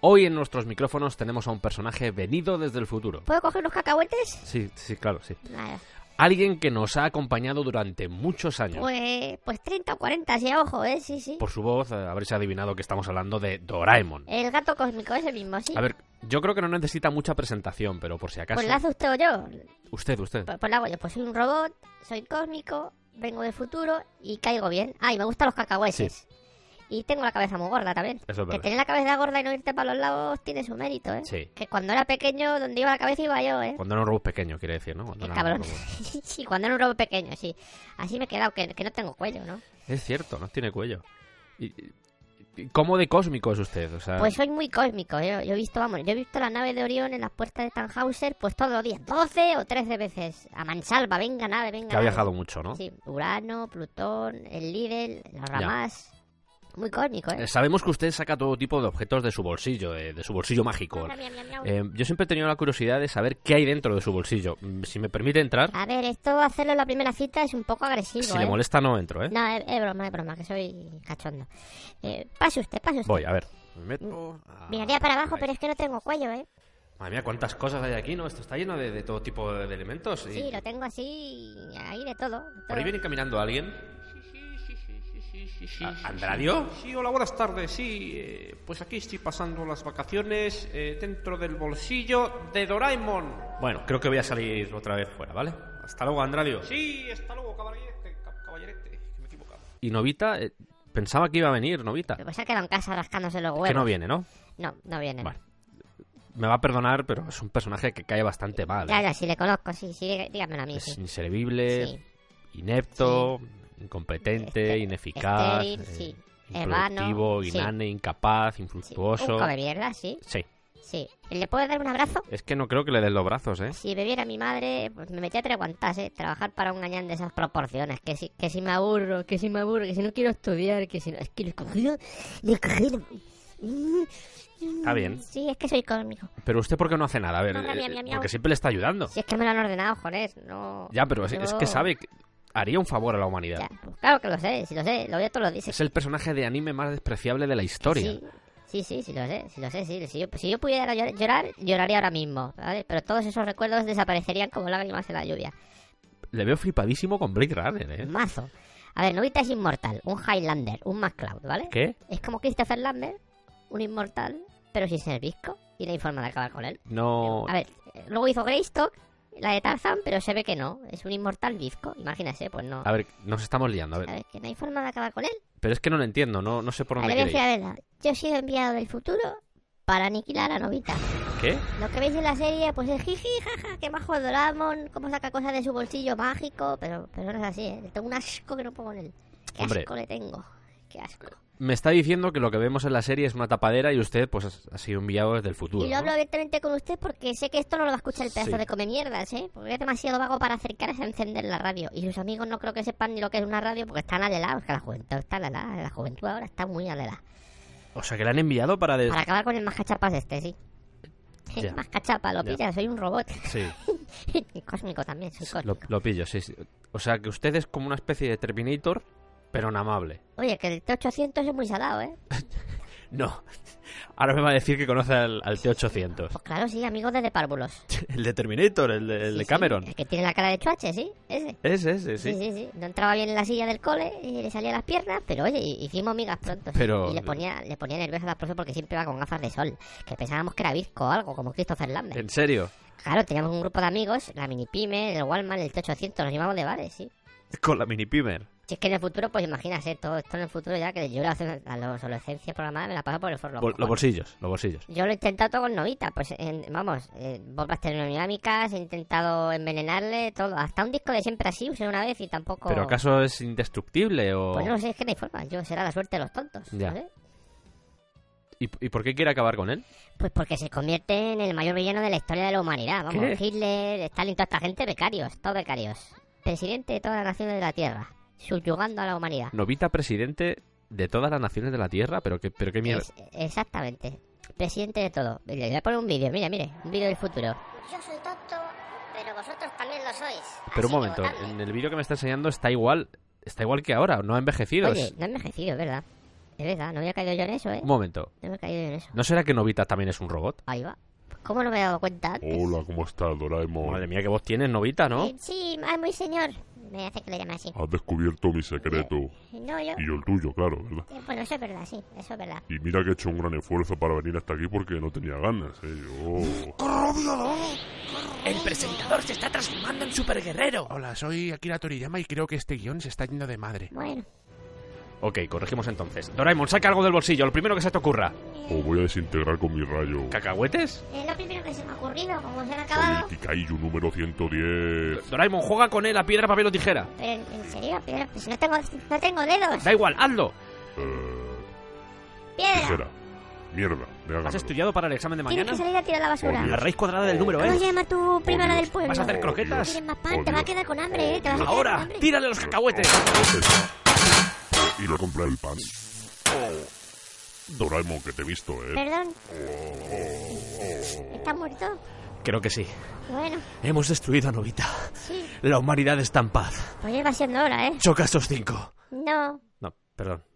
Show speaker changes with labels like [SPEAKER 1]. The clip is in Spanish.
[SPEAKER 1] Hoy en nuestros micrófonos tenemos a un personaje venido desde el futuro.
[SPEAKER 2] ¿Puedo coger unos cacahuetes?
[SPEAKER 1] Sí, sí, claro, sí.
[SPEAKER 2] Nada.
[SPEAKER 1] Alguien que nos ha acompañado durante muchos años.
[SPEAKER 2] Pues, pues 30 o 40, sí, ojo, ¿eh? Sí, sí.
[SPEAKER 1] Por su voz eh, habréis adivinado que estamos hablando de Doraemon.
[SPEAKER 2] El gato cósmico es el mismo, sí.
[SPEAKER 1] A ver, yo creo que no necesita mucha presentación, pero por si acaso...
[SPEAKER 2] pues lo hace usted o yo.
[SPEAKER 1] Usted, usted.
[SPEAKER 2] Pues, pues lo hago yo. Pues soy un robot, soy cósmico, vengo del futuro y caigo bien. Ah, y me gustan los cacahuetes. Y tengo la cabeza muy gorda también.
[SPEAKER 1] Eso es
[SPEAKER 2] Que
[SPEAKER 1] verdad.
[SPEAKER 2] tener la cabeza gorda y no irte para los lados tiene su mérito, ¿eh?
[SPEAKER 1] Sí.
[SPEAKER 2] Que cuando era pequeño, donde iba la cabeza iba yo, ¿eh?
[SPEAKER 1] Cuando era un robot pequeño, quiere decir, ¿no? Cuando
[SPEAKER 2] El
[SPEAKER 1] era un
[SPEAKER 2] cabrón.
[SPEAKER 1] robot.
[SPEAKER 2] sí, cuando era un robot pequeño, sí. Así me he quedado, que, que no tengo cuello, ¿no?
[SPEAKER 1] Es cierto, no tiene cuello. ¿Y, y- y cómo de cósmico es usted? O sea,
[SPEAKER 2] Pues soy muy cósmico, yo, yo he visto, vamos, yo he visto la nave de Orión en las puertas de Tannhauser pues todos los días, 12 o 13 veces, a mansalva, venga nave, venga
[SPEAKER 1] que ha
[SPEAKER 2] nave.
[SPEAKER 1] viajado mucho, ¿no?
[SPEAKER 2] Sí, Urano, Plutón, el Lidl, los Ramás, muy cósmico, ¿eh?
[SPEAKER 1] Eh, Sabemos que usted saca todo tipo de objetos de su bolsillo, eh, de, de su bolsillo mágico.
[SPEAKER 2] Miau, miau, miau.
[SPEAKER 1] Eh, yo siempre he tenido la curiosidad de saber qué hay dentro de su bolsillo. Mm, Si me permite entrar,
[SPEAKER 2] A ver, esto hacerlo en la primera cita es un poco agresivo,
[SPEAKER 1] si
[SPEAKER 2] ¿eh?
[SPEAKER 1] le molesta no entro, ¿eh?
[SPEAKER 2] No, es, es broma, es broma, que soy cachondo. Eh, pase usted, pase usted.
[SPEAKER 1] Voy, a ver. Me meto.
[SPEAKER 2] Mm.
[SPEAKER 1] ah,
[SPEAKER 2] Miraría para abajo,
[SPEAKER 1] ahí.
[SPEAKER 2] pero es que no tengo cuello, ¿eh?
[SPEAKER 1] Madre mía, cuántas cosas hay aquí, ¿no? Esto está lleno de, de todo tipo de, de elementos. y-
[SPEAKER 2] Sí, lo tengo así, ahí de todo. de
[SPEAKER 1] Por ahí
[SPEAKER 2] todo.
[SPEAKER 1] viene caminando alguien.
[SPEAKER 3] Sí,
[SPEAKER 1] ¿A- ¿Andradio?
[SPEAKER 3] Sí, hola, buenas tardes. Sí, eh, pues aquí estoy pasando las vacaciones eh, dentro del bolsillo de Doraemon.
[SPEAKER 1] Bueno, creo que voy a salir otra vez fuera, ¿vale? Hasta luego, Andradio.
[SPEAKER 3] Sí, hasta luego, caballerete. ca- Caballerete, que me he equivocado.
[SPEAKER 1] Y Novita, eh, pensaba que iba a venir, Novita.
[SPEAKER 2] Pero pues se ha quedado en casa rascándose los huevos.
[SPEAKER 1] Que no viene, ¿no?
[SPEAKER 2] No, no viene. no.
[SPEAKER 1] Vale. Me va a perdonar, pero es un personaje que cae bastante mal.
[SPEAKER 2] Ya,
[SPEAKER 1] ¿eh?
[SPEAKER 2] ya, si le conozco, sí, sí, dí- dígamelo a mí.
[SPEAKER 1] Es
[SPEAKER 2] sí.
[SPEAKER 1] inservible,
[SPEAKER 2] Sí.
[SPEAKER 1] inepto, incompetente,
[SPEAKER 2] Este-
[SPEAKER 1] ineficaz,
[SPEAKER 2] estéril,
[SPEAKER 1] eh,
[SPEAKER 2] sí.
[SPEAKER 1] improductivo,
[SPEAKER 2] Evano, sí.
[SPEAKER 1] inane, incapaz,
[SPEAKER 2] Sí. Un
[SPEAKER 1] infructuoso.
[SPEAKER 2] come mierda, sí,
[SPEAKER 1] Sí.
[SPEAKER 2] sí. ¿Le puedo dar un abrazo?
[SPEAKER 1] Es que no creo que le des los brazos, ¿eh?
[SPEAKER 2] Si bebiera mi madre, pues me metía tres guantas, ¿eh? Trabajar para un gañán de esas proporciones. Que si, que si me aburro, que si me aburro, que si no quiero estudiar, que si no... Es que lo he cogido, lo he cogido. Está
[SPEAKER 1] bien.
[SPEAKER 2] Sí, es que soy cósmico.
[SPEAKER 1] Pero usted, ¿por qué no hace nada? A ver,
[SPEAKER 2] Miau, miau,
[SPEAKER 1] eh,
[SPEAKER 2] miau, miau, miau.
[SPEAKER 1] porque siempre le está ayudando.
[SPEAKER 2] Si es que me lo han ordenado, joder, no...
[SPEAKER 1] Ya, pero es, es que
[SPEAKER 2] Yo-
[SPEAKER 1] sabe que haría un favor a la humanidad.
[SPEAKER 2] Ya, pues claro que lo sé, si lo sé, lo veo todos los días.
[SPEAKER 1] Es el personaje de anime más despreciable de la historia.
[SPEAKER 2] Sí, sí, sí, sí, lo sé, sí, lo sé, sí. Si yo, si yo pudiera llor- llorar, lloraría ahora mismo, ¿vale? Pero todos esos recuerdos desaparecerían como lágrimas en la lluvia.
[SPEAKER 1] Le veo flipadísimo con Blade Runner, ¿eh?
[SPEAKER 2] Mazo. A ver, Novita es inmortal, un Highlander, un McCloud, ¿vale?
[SPEAKER 1] ¿Qué?
[SPEAKER 2] Es como Christopher Lambert, un inmortal, pero sin ser visco, y no hay forma de acabar con él.
[SPEAKER 1] No.
[SPEAKER 2] A ver, eh, luego hizo Greystock, la de Tarzan, pero se ve que no, es un inmortal bizco, imagínese, pues no.
[SPEAKER 1] A ver, nos estamos liando. A ver,
[SPEAKER 2] A ver, que no hay forma de acabar con él.
[SPEAKER 1] pero es que no lo entiendo, no, no sé por
[SPEAKER 2] A
[SPEAKER 1] dónde
[SPEAKER 2] ver, voy a
[SPEAKER 1] quiere
[SPEAKER 2] decir la verdad, yo he sido enviado del futuro para aniquilar a Novita.
[SPEAKER 1] ir. ¿Qué?
[SPEAKER 2] Lo que veis en la serie, pues es jiji, jaja, que majo Doraemon, cómo saca cosas de su bolsillo mágico, pero, pero no es así, ¿eh? Le tengo un asco que no pongo en él. Qué
[SPEAKER 1] Hombre. Eh,
[SPEAKER 2] asco le tengo, qué asco.
[SPEAKER 1] Me está diciendo que lo que vemos en la serie es una tapadera y usted, pues, ha sido enviado desde el futuro.
[SPEAKER 2] Y lo hablo
[SPEAKER 1] ¿no?
[SPEAKER 2] abiertamente con usted porque sé que esto no lo va a escuchar el pedazo
[SPEAKER 1] Sí.
[SPEAKER 2] de come mierdas, ¿eh? Porque es demasiado vago para acercarse a encender la radio. Y sus amigos no creo que sepan ni lo que es una radio porque están alelados, que la juventud está alelada, la juventud ahora está muy alelada.
[SPEAKER 1] O sea, que le han enviado para... de-
[SPEAKER 2] Para acabar con el más cachapas este, sí.
[SPEAKER 1] Eh. Ya.
[SPEAKER 2] Más cachapa, lo
[SPEAKER 1] Ya.
[SPEAKER 2] pilla, soy un robot.
[SPEAKER 1] Sí,
[SPEAKER 2] cósmico también, soy
[SPEAKER 1] lo,
[SPEAKER 2] cósmico.
[SPEAKER 1] lo pillo, sí, sí. O sea, que usted es como una especie de Terminator, pero amable.
[SPEAKER 2] Oye, que el T800 es muy salado, ¿eh?
[SPEAKER 1] No. Ahora me va a decir que conoce al, al T-800.
[SPEAKER 2] Pues claro, sí, amigos desde párvulos.
[SPEAKER 1] El de Terminator, el de, el
[SPEAKER 2] Sí,
[SPEAKER 1] de
[SPEAKER 2] sí,
[SPEAKER 1] Cameron.
[SPEAKER 2] el que tiene la cara de chuache, ¿sí? Ese.
[SPEAKER 1] Ese, ese,
[SPEAKER 2] Sí.
[SPEAKER 1] sí.
[SPEAKER 2] sí, sí, No entraba bien en la silla del cole y le salían las piernas, pero oye, hi- hicimos migas pronto. sí.
[SPEAKER 1] Pero-
[SPEAKER 2] Y le ponía, le ponía nervioso a la profe porque siempre iba con gafas de sol. Que pensábamos que era bizco o algo, como Christopher Lambert.
[SPEAKER 1] En serio.
[SPEAKER 2] Claro, teníamos un grupo de amigos, la mini pyme, el Walmart, el T800, nos llevamos de bares, sí.
[SPEAKER 1] Con la mini pimer.
[SPEAKER 2] Si es que en el futuro, pues imagínate, todo esto en el futuro ya que yo la, a la obsolescencia programada me la paso por el forro.
[SPEAKER 1] Bol- los bolsillos, los bolsillos.
[SPEAKER 2] Yo lo he intentado todo con Novita, pues en- vamos, eh, bombas termodinámicas, he intentado envenenarle, todo. Hasta un disco de siempre así usé una vez y tampoco.
[SPEAKER 1] ¿Pero acaso es indestructible o...?
[SPEAKER 2] Oh. Pues no lo sé, es que no hay forma. Yo será la suerte de los tontos.
[SPEAKER 1] Ya.
[SPEAKER 2] no sé.
[SPEAKER 1] ¿Y, y por qué quiere acabar con él?
[SPEAKER 2] Pues porque se convierte en el mayor villano de la historia de la humanidad. Vamos,
[SPEAKER 1] ¿Qué?
[SPEAKER 2] Hitler, Stalin, toda esta gente, becarios, todos becarios. Presidente de todas las naciones de la Tierra, subyugando a la humanidad.
[SPEAKER 1] Novita presidente de todas las naciones de la Tierra, pero qué, pero qué mierda.
[SPEAKER 2] Es- exactamente. Presidente de todo. Le voy a poner un vídeo, mire, mire, un vídeo del futuro. Yo soy tonto, pero vosotros también lo sois.
[SPEAKER 1] Pero un momento, en el vídeo que me está enseñando está igual, está igual que ahora, no ha envejecido.
[SPEAKER 2] Oye,
[SPEAKER 1] es-
[SPEAKER 2] no ha envejecido, es ¿verdad? Es verdad, no había caído yo en eso, ¿eh?
[SPEAKER 1] Un momento.
[SPEAKER 2] No me he caído yo en eso.
[SPEAKER 1] ¿No será que Novita también es un robot?
[SPEAKER 2] Ahí va. Pues, ¿Cómo no me he dado cuenta antes?
[SPEAKER 4] Hola, ¿cómo estás, Doraemon?
[SPEAKER 1] Madre mía, que vos tienes, Novita, ¿no?
[SPEAKER 2] Eh, sí, ah, muy señor. Me hace que le llame así.
[SPEAKER 4] Has descubierto mi secreto.
[SPEAKER 2] No, yo...
[SPEAKER 4] Y yo el tuyo, claro, ¿verdad?
[SPEAKER 2] eh, Bueno, eso es verdad, sí, eso es verdad.
[SPEAKER 4] Y mira que he hecho un gran esfuerzo para venir hasta aquí porque no tenía ganas, ¿eh? Yo...
[SPEAKER 5] El presentador se está transformando en superguerrero.
[SPEAKER 6] Hola, soy Akira Toriyama y creo que este guión se está yendo de madre.
[SPEAKER 2] Bueno,
[SPEAKER 1] Ok, corregimos entonces. Doraemon, saca algo del bolsillo, lo primero que se te ocurra.
[SPEAKER 4] Os voy a desintegrar con mi rayo.
[SPEAKER 1] ¿Cacahuetes?
[SPEAKER 2] es eh, lo primero que se me ha ocurrido, como se han
[SPEAKER 4] Soy el
[SPEAKER 2] acabado.
[SPEAKER 4] Tikaiju número 110.
[SPEAKER 1] Doraemon, juega con él a piedra, papel o tijera.
[SPEAKER 2] Pero en, en serio, piedra, pues no tengo, no tengo dedos.
[SPEAKER 1] Da igual, hazlo.
[SPEAKER 4] Eh,
[SPEAKER 2] Piedra.
[SPEAKER 4] tijera. Mierda, me ha
[SPEAKER 1] ¿Has
[SPEAKER 4] ganado.
[SPEAKER 1] estudiado para el examen de
[SPEAKER 2] Tienes
[SPEAKER 1] mañana?
[SPEAKER 2] que salir a tirar la basura.
[SPEAKER 4] Odio.
[SPEAKER 1] La raíz cuadrada del número,
[SPEAKER 2] ¿Cómo se
[SPEAKER 1] ¿eh?
[SPEAKER 2] llama tu prima la del pueblo?
[SPEAKER 1] ¿Vas a hacer croquetas?
[SPEAKER 2] ¿Quieres más pan? Te vas a quedar con hambre, ¿eh? Te vas a quedar con
[SPEAKER 1] Ahora,
[SPEAKER 2] hambre.
[SPEAKER 1] tírale los cacahuetes.
[SPEAKER 4] Y lo compré el pan. Doraemon, que te he visto, ¿eh?
[SPEAKER 2] Perdón.
[SPEAKER 1] Oh,
[SPEAKER 2] ¿Está muerto?
[SPEAKER 1] Creo que sí.
[SPEAKER 2] Bueno,
[SPEAKER 1] Hemos destruido a Novita.
[SPEAKER 2] sí.
[SPEAKER 1] La humanidad está en paz.
[SPEAKER 2] Pues ya va siendo hora, ¿eh?
[SPEAKER 1] Choca estos cinco.
[SPEAKER 2] No.
[SPEAKER 1] No, perdón.